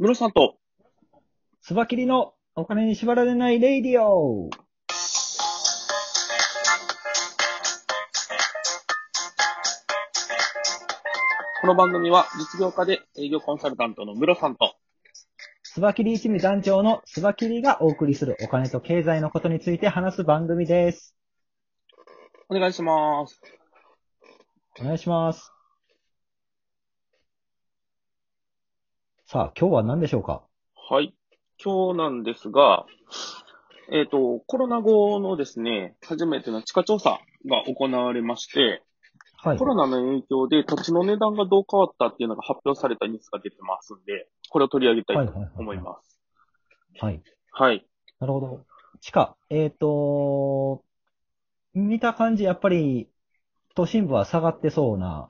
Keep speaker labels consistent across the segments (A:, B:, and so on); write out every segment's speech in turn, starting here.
A: 室さんと、
B: スバキリのお金に縛られないレイディオ
A: この番組は実業家で営業コンサルタントの室さんと、
B: スバキリ一味団長のスバキリがお送りするお金と経済のことについて話す番組です。
A: お願いします。
B: お願いします。さあ、今日は何でしょうか
A: はい。今日なんですが、えっ、と、コロナ後のですね、初めての地価調査が行われまして、
B: はい
A: コ。ロナの影響で土地の値段がどう変わったっていうのが発表されたニュースが出てますんで、これを取り上げたいと思います。
B: はい。
A: はい。
B: なるほど。地下、えっ、と、見た感じ、やっぱり都心部は下がってそうな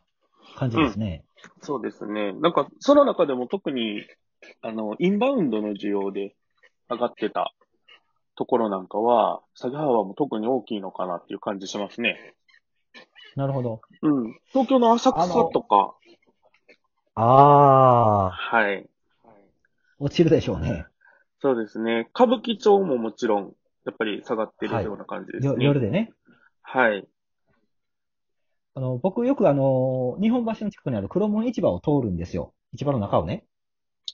B: 感じですね。
A: そうですね。なんか、その中でも特に、あの、インバウンドの需要で上がってたところなんかは、下げ幅も特に大きいのかなっていう感じしますね。
B: なるほど。
A: うん。東京の浅草とか、
B: ああ、
A: はい。
B: 落ちるでしょうね。
A: そうですね。歌舞伎町ももちろん、やっぱり下がってるような感じです
B: よ
A: ね。
B: 夜でね。
A: はい。
B: あの、僕よくあの、日本橋の近くにある黒門市場を通るんですよ。市場の中をね。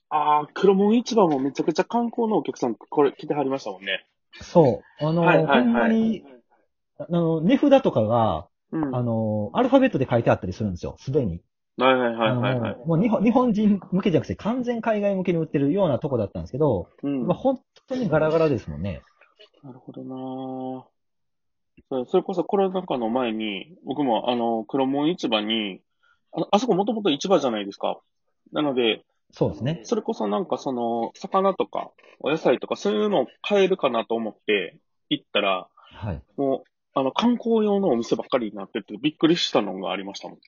A: ああ、黒門市場もめちゃくちゃ観光のお客さん、これ来てはりましたもんね。
B: そう。あの、
A: はいはいはい
B: ほんまに、あの、値札とかが、
A: うん。
B: あ
A: はい
B: の、アルファベットで書いてあったりするんですよ、すでに。
A: はいはいはいは
B: あ
A: い。
B: のもう日本日本人向けじゃなくて、完全海外向けに売ってるようなとこだったんですけど、
A: うん。
B: まあ、本当にガラガラですもんね。
A: なるほどなぁそうそれこそコロナ禍の前に、僕もあの、黒門市場に、あのあそこもともと市場じゃないですか。なので、
B: そうですね。
A: それこそなんかその、魚とか、お野菜とか、そういうのを買えるかなと思って行ったら、
B: はい。
A: もう、あの、観光用のお店ばっかりになってて、びっくりしたのがありましたもん。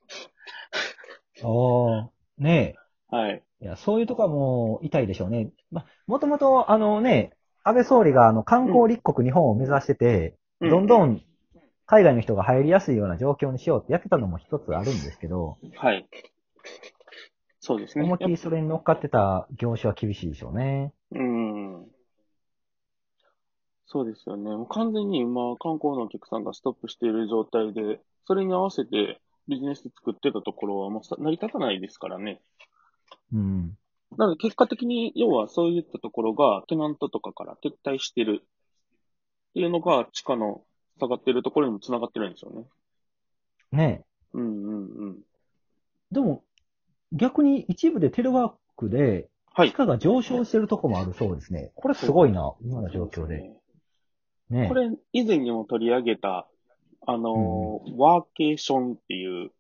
B: ああ、ね
A: はい。
B: え。いや、そういうとこはもう痛いでしょうね。まあ、もともと、あのね、安倍総理があの観光立国日本を目指してて、
A: う
B: どんど
A: ん。
B: ん海外の人が入りやすいような状況にしようってやってたのも一つあるんですけど、
A: はい。そうですね
B: 思い。っきりそれに乗っかってた業種は厳しいでしょうね。
A: うん。そうですよね。もう完全に今、観光のお客さんがストップしている状態で、それに合わせてビジネス作ってたところはもうさ成り立たないですからね。
B: うん。
A: なので結果的に、要はそういったところがテナントとかから撤退してるっていうのが地価の下がってるところにも繋がってるんですよね。
B: ねえ
A: うんうんうん。
B: でも、逆に一部でテレワークで、
A: はい
B: 地価が上昇してるとこもあるそうですね。これすごいな、今の状況で。。ね
A: これ、以前にも取り上げた、あのー、ワーケーションっていう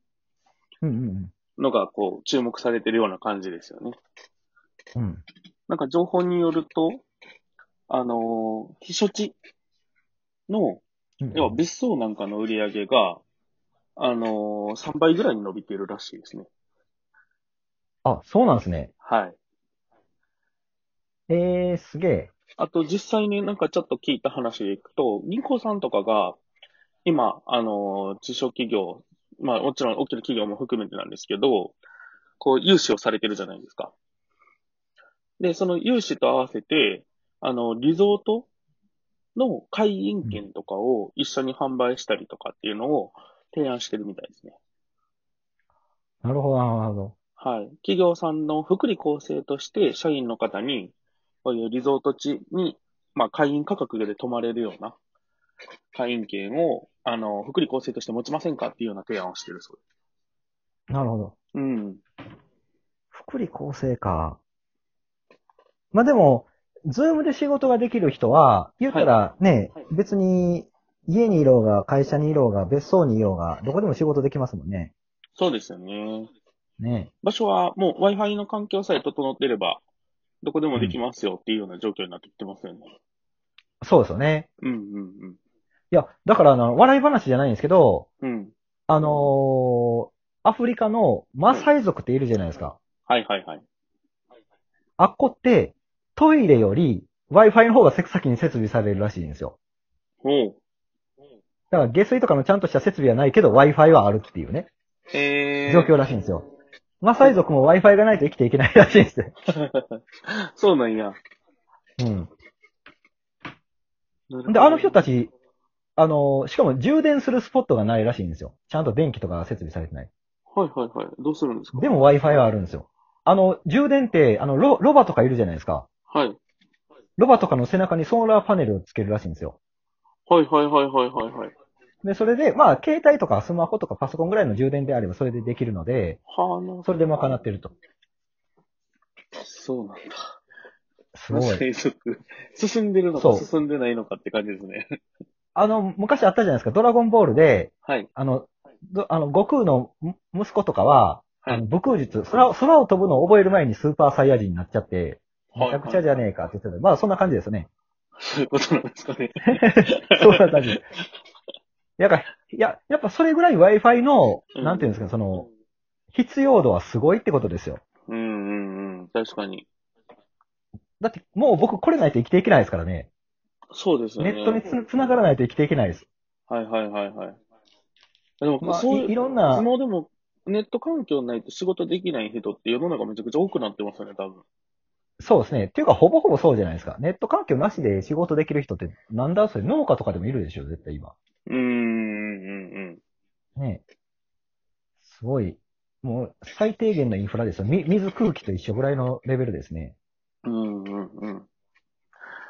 B: うんうん
A: のが、こう、注目されてるような感じですよね。
B: うん。うん。
A: なんか情報によると、あのー、避暑地の、
B: うん
A: 要は別荘なんかの売り上げが、あのー、3倍ぐらいに伸びているらしいですね。
B: あ、そうなんですね。
A: はい。
B: えー、すげえ。
A: あと実際になんかちょっと聞いた話でいくと、銀行さんとかが、今、あのー、中小企業、まあもちろん大きな企業も含めてなんですけど、こう、融資をされてるじゃないですか。で、その融資と合わせて、あの、リゾートの会員権とかを一緒に販売したりとかっていうのを提案してるみたいですね。
B: なるほど、なるほど。
A: はい。企業さんの福利厚生として、社員の方に、こういうリゾート地に、まあ、会員価格で泊まれるような、会員権を、あの、福利厚生として持ちませんかっていうような提案をしてるそうで
B: なるほど。
A: す。うん。
B: 福利厚生か。まあでも、ズームで仕事ができる人は、言ったらね、
A: はい
B: 別に家にいろうが、会社にいろうが、別荘にいようが、どこでも仕事できますもんね。
A: そうですよね。
B: ね。
A: 場所はもう Wi-Fi の環境さえ整ってれば、どこでもできますよっていうような状況になってきてますよね。
B: そうですよね。
A: うんうん
B: いや、だからあの、笑い話じゃないんですけど、
A: うん。うん。
B: あのーアフリカのマサイ族っているじゃないですか。
A: はいはいはい。
B: あっこって、トイレより Wi-Fi の方が先に設備されるらしいんですよ。
A: おう。
B: だから下水とかのちゃんとした設備はないけど Wi-Fi はあるっていうね、
A: えー。
B: 状況らしいんですよ。マサイ族も Wi-Fi がないと生きていけないらしいですね。
A: そうなんや。
B: うん。で、あの人たち、あの、しかも充電するスポットがないらしいんですよ。ちゃんと電気とか設備されてない。
A: はいはいはい。どうするんですか
B: でも Wi-Fi はあるんですよ。あの、充電って、あの、ロロバとかいるじゃないですか。
A: はい。
B: ロバとかの背中にソーラーパネルをつけるらしいんですよ。
A: はいはいはいはいはいはい。
B: で、それで、まあ、携帯とかスマホとかパソコンぐらいの充電であればそれでできるので、
A: はあな。
B: それで賄ってると。
A: そうなんだ。
B: すごい。
A: 生息。進んでるの
B: そ
A: か
B: う
A: 進んでないのかって感じですね。
B: あの、昔あったじゃないですか、ドラゴンボールで、
A: はい。
B: あの、どあの悟空のむ息子とかは、
A: はい
B: あの武空術空を、空を飛ぶのを覚える前にスーパーサイヤ人になっちゃって、めちゃくちゃじゃねえかって言ってた。まあ、そんな感じですね。
A: そういうことなんですかね。
B: そんな感じ。いや、いや、やっぱそれぐらい Wi-Fi の、
A: うん
B: なんていうんですか、その、必要度はすごいってことですよ。
A: うんうんうん。確かに。
B: だって、もう僕これないと生きていけないですからね。
A: そうですよ
B: ネ
A: ね。
B: ットにつつながらないと生きていけないです。
A: はいはいはいはい。でも、
B: まあ、
A: そういう
B: いいろんな、
A: もうでも、ネット環境ないと仕事できない人って世の中めちゃくちゃ多くなってますよね、多分。
B: そうですね。っていうか、ほぼほぼそうじゃないですか。ネット環境なしで仕事できる人って、なんだそれ、農家とかでもいるでしょ、絶対今。
A: うーん、うん、うん。
B: ねえすごい。もう、最低限のインフラですよ。み水、空気と一緒ぐらいのレベルですね。
A: うん、うん、うん。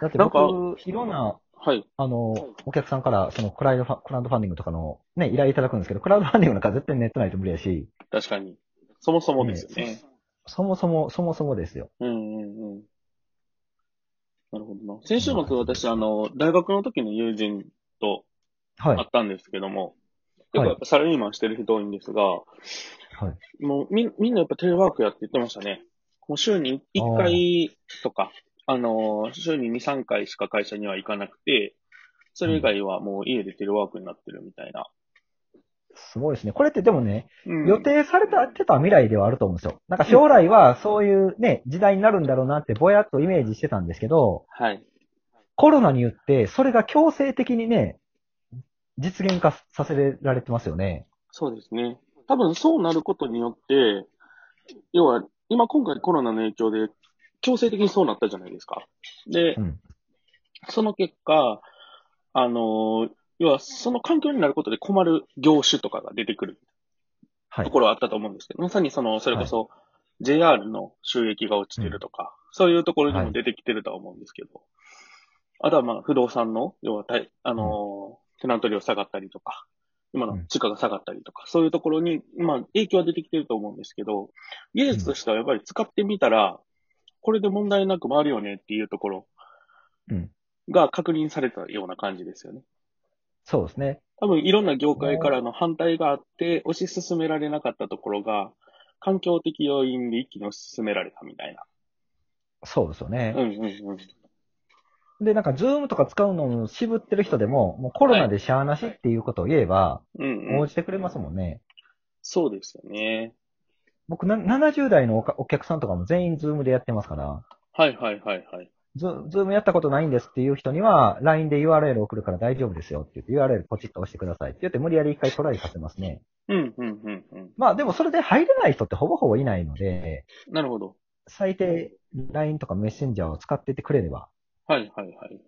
B: だって
A: なん
B: 僕、いろんな、
A: はい。
B: あの、お客さんから、そのクラウドファ、クラウドファンディングとかの、ね、依頼いただくんですけど、クラウドファンディングなんか絶対ネットないと無理やし、
A: 確かに。そもそもですよね。
B: そもそも、そもそもですよ。
A: うん、うん、うん。なるほどな。先週末私、あの、大学の時の友人と
B: はい。
A: あったんですけども、
B: はい
A: 結構やっぱサラリーマンしてる人多いんですが、もうみみんなやっぱテレワークやって言ってましたね。もう週に1回とか、あのー、週に2、3回しか会社には行かなくて、それ以外はもう家でテレワークになってるみたいな。
B: すごいですね。これってでもね、
A: うん
B: 予定されたってた未来ではあると思うんですよ。なんか将来はそういうね、時代になるんだろうなってぼやっとイメージしてたんですけど、
A: はい。
B: コロナによってそれが強制的にね、実現化させられてますよね。
A: そうですね。多分そうなることによって、要は、今今回コロナの影響で、強制的にそうなったじゃないですか。で、
B: うん。
A: その結果、あのー、要はその環境になることで困る業種とかが出てくる
B: は
A: と
B: い。
A: ころはあったと思うんですけど、まさにその、それこそ JR の収益が落ちてるとか、そういうところにも出てきてるとは思うんですけど、あとはまあ不動産の、要はたい、あのー、テナント料下がったりとか、今の地価が下がったりとか、そういうところに、まあ影響は出てきてると思うんですけど、技術としてはやっぱり使ってみたら、これで問題なく回るよねっていうところ
B: うん
A: が確認されたような感じですよね。
B: そうですね。
A: 多分いろんな業界からの反対があって、推し進められなかったところが、環境的要因で一気に推し進められたみたいな。
B: そうですよ
A: うん
B: ね。
A: うんうん。
B: で、なんかズームとか使うのを渋ってる人でも、もうコロナでしゃあなしっていうことを言えば、
A: うんう
B: 応
A: ん、
B: じてくれますもんね。
A: そうですよね。
B: 僕な、70代のおかお客さんとかも全員ズームでやってますから、
A: はいはいはいはい。
B: ズズームやったことないんですっていう人には、LINE で URL 送るから大丈夫ですよって言って、URL ポチッと押してくださいって言って、無理やり一回トライさせますね。
A: うんうんうんうん。
B: まあでもそれで入れない人ってほぼほぼいないので、
A: なるほど。
B: 最低 LINE とかメッセンジャーを使っててくれれば、
A: はいはいはい。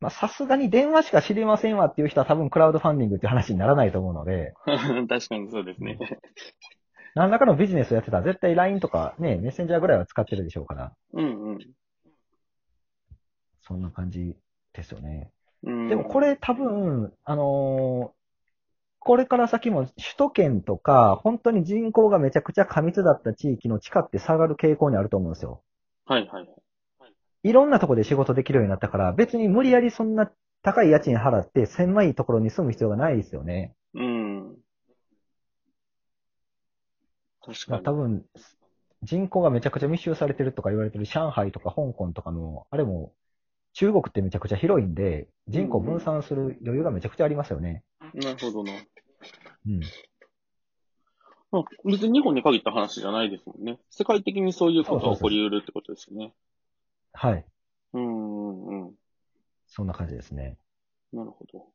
B: まあさすがに電話しか知りませんわっていう人は多分クラウドファンディングっていう話にならないと思うので、
A: 確かにそうですね。
B: 何らかのビジネスをやってたら絶対 LINE とかね、メッセンジャーぐらいは使ってるでしょうから、
A: うんうん
B: そんな感じですよね。
A: うん。
B: でもこれ多分、あのーこれから先も首都圏とか、本当に人口がめちゃくちゃ過密だった地域の地価って下がる傾向にあると思うんですよ。
A: はいはい。
B: いろんなとこで仕事できるようになったから、別に無理やりそんな高い家賃払って狭いところに住む必要がないですよね。
A: うん。確
B: まあ、
A: か
B: 多
A: に。
B: 分、人口がめちゃくちゃ密集されてるとか言われてる上海とか香港とかの、あれも、中国ってめちゃくちゃ広いんで、人口分散する余裕がめちゃくちゃありますよね。
A: なるほどな。
B: うん。
A: まあ、別に日本に限った話じゃないですもんね。世界的にそういうことが起こり得るってことですよね。
B: はい。
A: うんうんうん。
B: そんな感じですね。
A: なるほど。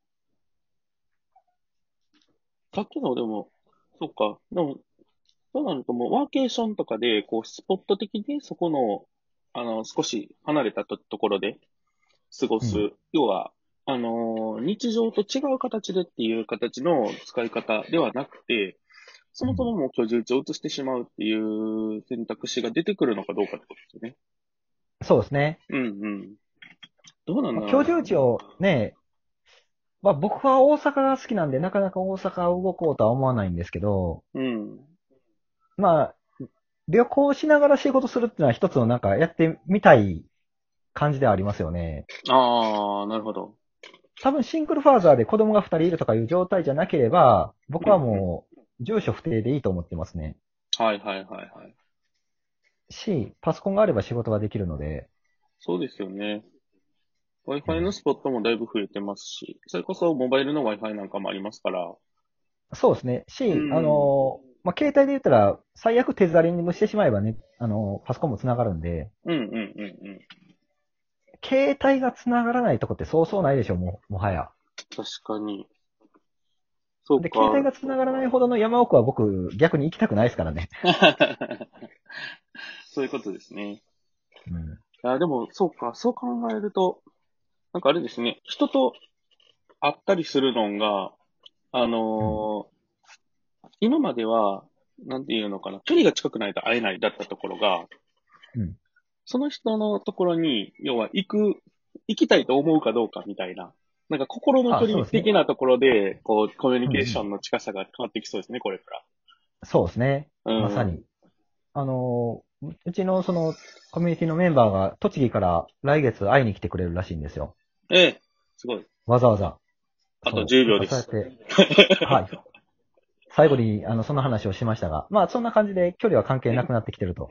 A: さっきのでも、そっか、でも、そうなると、もうワーケーションとかで、こう、スポット的にそこの、あの、少し離れたとところで過ごす。
B: う
A: 要は、あのー、日常と違う形でっていう形の使い方ではなくて、そもそももう居住地を移してしまうっていう選択肢が出てくるのかどうかってことですよね。
B: そうですね。
A: うんうん。どうなんだろう
B: 居住地をね、まあ僕は大阪が好きなんで、なかなか大阪を動こうとは思わないんですけど、
A: うん。
B: まあ、旅行しながら仕事するっていうのは一つのなんかやってみたい感じではありますよね。
A: ああ、なるほど。
B: 多分シングルファーザーで子供が二人いるとかいう状態じゃなければ、僕はもう住所不定でいいと思ってますね。
A: はいはいはいはい。
B: し、パソコンがあれば仕事ができるので、
A: そうですよね。Wi-Fi のスポットもだいぶ増えてますし、それこそモバイルの Wi-Fi なんかもありますから。
B: そうですね。し、
A: うん
B: あの、まあ、携帯で言ったら、最悪テザリングしてしまえばね、あの、パソコンも繋がるんで、
A: うんうんうんうん。
B: 携帯が繋がらないとこってそうそうないでしょ、もう、もはや。
A: 確かに。そうか
B: で、。携帯が繋がらないほどの山奥は僕、逆に行きたくないですからね。
A: そういうことですね。
B: うん、
A: いや、でも、そうか、そう考えると、なんかあれですね、人と会ったりするのが、あのー今までは、なんていうのかな、距離が近くないと会えないだったところが、
B: うん
A: その人のところに、要は行く、行きたいと思うかどうかみたいな、なんか心の距
B: あそう
A: 離
B: ですね
A: 的なところで、こう、コミュニケーションの近さが変わってきそうですね、これか
B: そうですね。
A: ら。うん、
B: まさ。に。あの、うちのその、コミュニティのメンバーが、栃木から来月会いに来てくれるらしいんですよ。
A: ええ、すごい。
B: わざわざ。
A: あと
B: そう
A: 10秒です
B: そうやって。はい。 最後に、あの、その話をしましたが、まあ、そんな感じで距離は関係なくなってきてると。